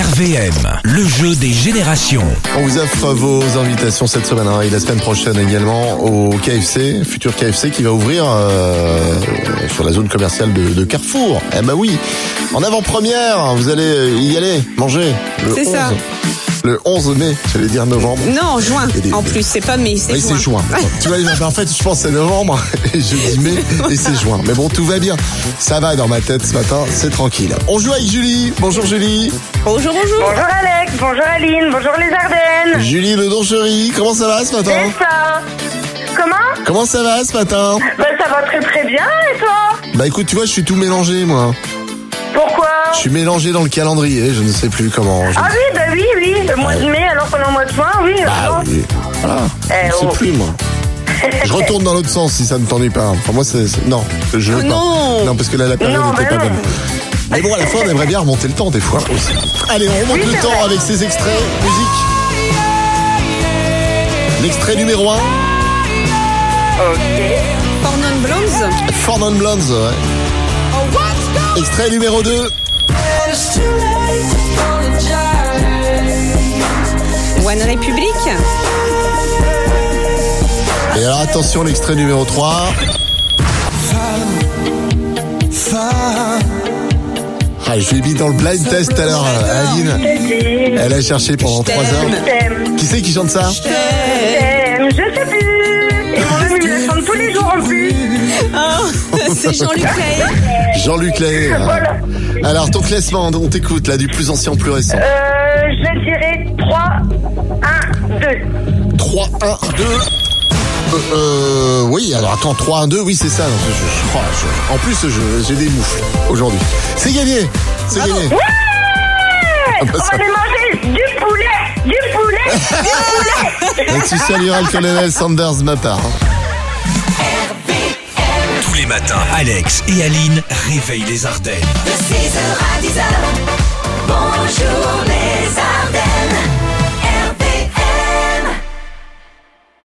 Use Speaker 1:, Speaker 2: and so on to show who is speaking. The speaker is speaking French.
Speaker 1: RVM, le jeu des générations.
Speaker 2: On vous offre vos invitations cette semaine hein, et la semaine prochaine également au KFC, futur KFC qui va ouvrir euh, sur la zone commerciale de, de Carrefour. Eh ben oui, en avant-première, vous allez y aller manger le
Speaker 3: C'est
Speaker 2: 11,
Speaker 3: ça.
Speaker 2: le 11 mai, j'allais dire novembre.
Speaker 3: Non, en juin.
Speaker 2: Et des-
Speaker 3: En plus, c'est pas mai, c'est
Speaker 2: Oui, c'est
Speaker 3: juin.
Speaker 2: juin. tu vois, en fait, je pense que c'est novembre, et je dis mai, et c'est juin. Mais bon, tout va bien. Ça va dans ma tête ce matin, c'est tranquille. On joue avec Julie. Bonjour Julie.
Speaker 3: Bonjour, bonjour.
Speaker 4: Bonjour Alex, bonjour Aline, bonjour les Ardennes.
Speaker 2: Julie de Doncherie, comment ça va ce matin
Speaker 4: C'est ça. Comment
Speaker 2: Comment ça va ce matin
Speaker 4: Bah ça va très très bien et toi
Speaker 2: Bah écoute, tu vois, je suis tout mélangé, moi.
Speaker 4: Pourquoi
Speaker 2: Je suis mélangé dans le calendrier, je ne sais plus comment. je-
Speaker 4: Ah oui, bah oui, oui, le mois de mai alors qu'on est au mois de juin, oui.
Speaker 2: Ah
Speaker 4: vraiment.
Speaker 2: oui, voilà. Je
Speaker 4: Eh,
Speaker 2: ne
Speaker 4: oh.
Speaker 2: sais plus, moi. Je retourne dans l'autre sens si ça ne t'ennuie pas. Enfin, moi, c'est. c'est- Non, je veux
Speaker 3: Oh
Speaker 2: pas.
Speaker 3: non.
Speaker 2: parce que là, la période
Speaker 4: Non,
Speaker 2: n'était
Speaker 4: bah
Speaker 2: pas
Speaker 4: non.
Speaker 2: bonne. Mais bon, à la fin, on aimerait bien remonter le temps, des fois aussi. Allez, on remonte
Speaker 4: Oui,
Speaker 2: le
Speaker 4: c'est
Speaker 2: temps
Speaker 4: vrai.
Speaker 2: avec ces extraits. Musique. L'extrait numéro 1,
Speaker 4: Ok.
Speaker 3: Pornon Blondes.
Speaker 2: Ford on Blondes. ouais. Extrait numéro 2,
Speaker 3: One Republic.
Speaker 2: Et alors attention, l'extrait numéro 3. Ah, je l'ai mis dans le blind test tout à l'heure, Aline.
Speaker 4: T'aimes,
Speaker 2: Elle a cherché pendant 3 heures.
Speaker 4: t'aimes,
Speaker 2: Qui c'est qui chante ça
Speaker 4: t'aimes, je sais plus. Et mon ami me le chante tous les jours en plus.
Speaker 3: Oh, c'est Jean-Luc Lahaye.
Speaker 2: Jean-Luc Lahaye.
Speaker 4: Voilà.
Speaker 2: Alors, ton classement, on t'écoute là, du plus ancien au plus récent.
Speaker 4: Euh, je dirais 3, 1, 2.
Speaker 2: 3, 1, 2. Euh, euh, oui, alors attends, 3, 1, 2, oui, c'est ça. Non, je- je- je- oh, je- en plus, je- j'ai des moufles aujourd'hui. C'est gagné C'est gagné Ah bah,
Speaker 4: On va
Speaker 2: ça-
Speaker 4: aller manger du poulet, du poulet.
Speaker 2: Et tu salueras le colonel Sanders de ma part. hein.
Speaker 1: Tous les matins, Alex et Aline réveillent les Ardennes.
Speaker 5: De 6h à 10h, bonjour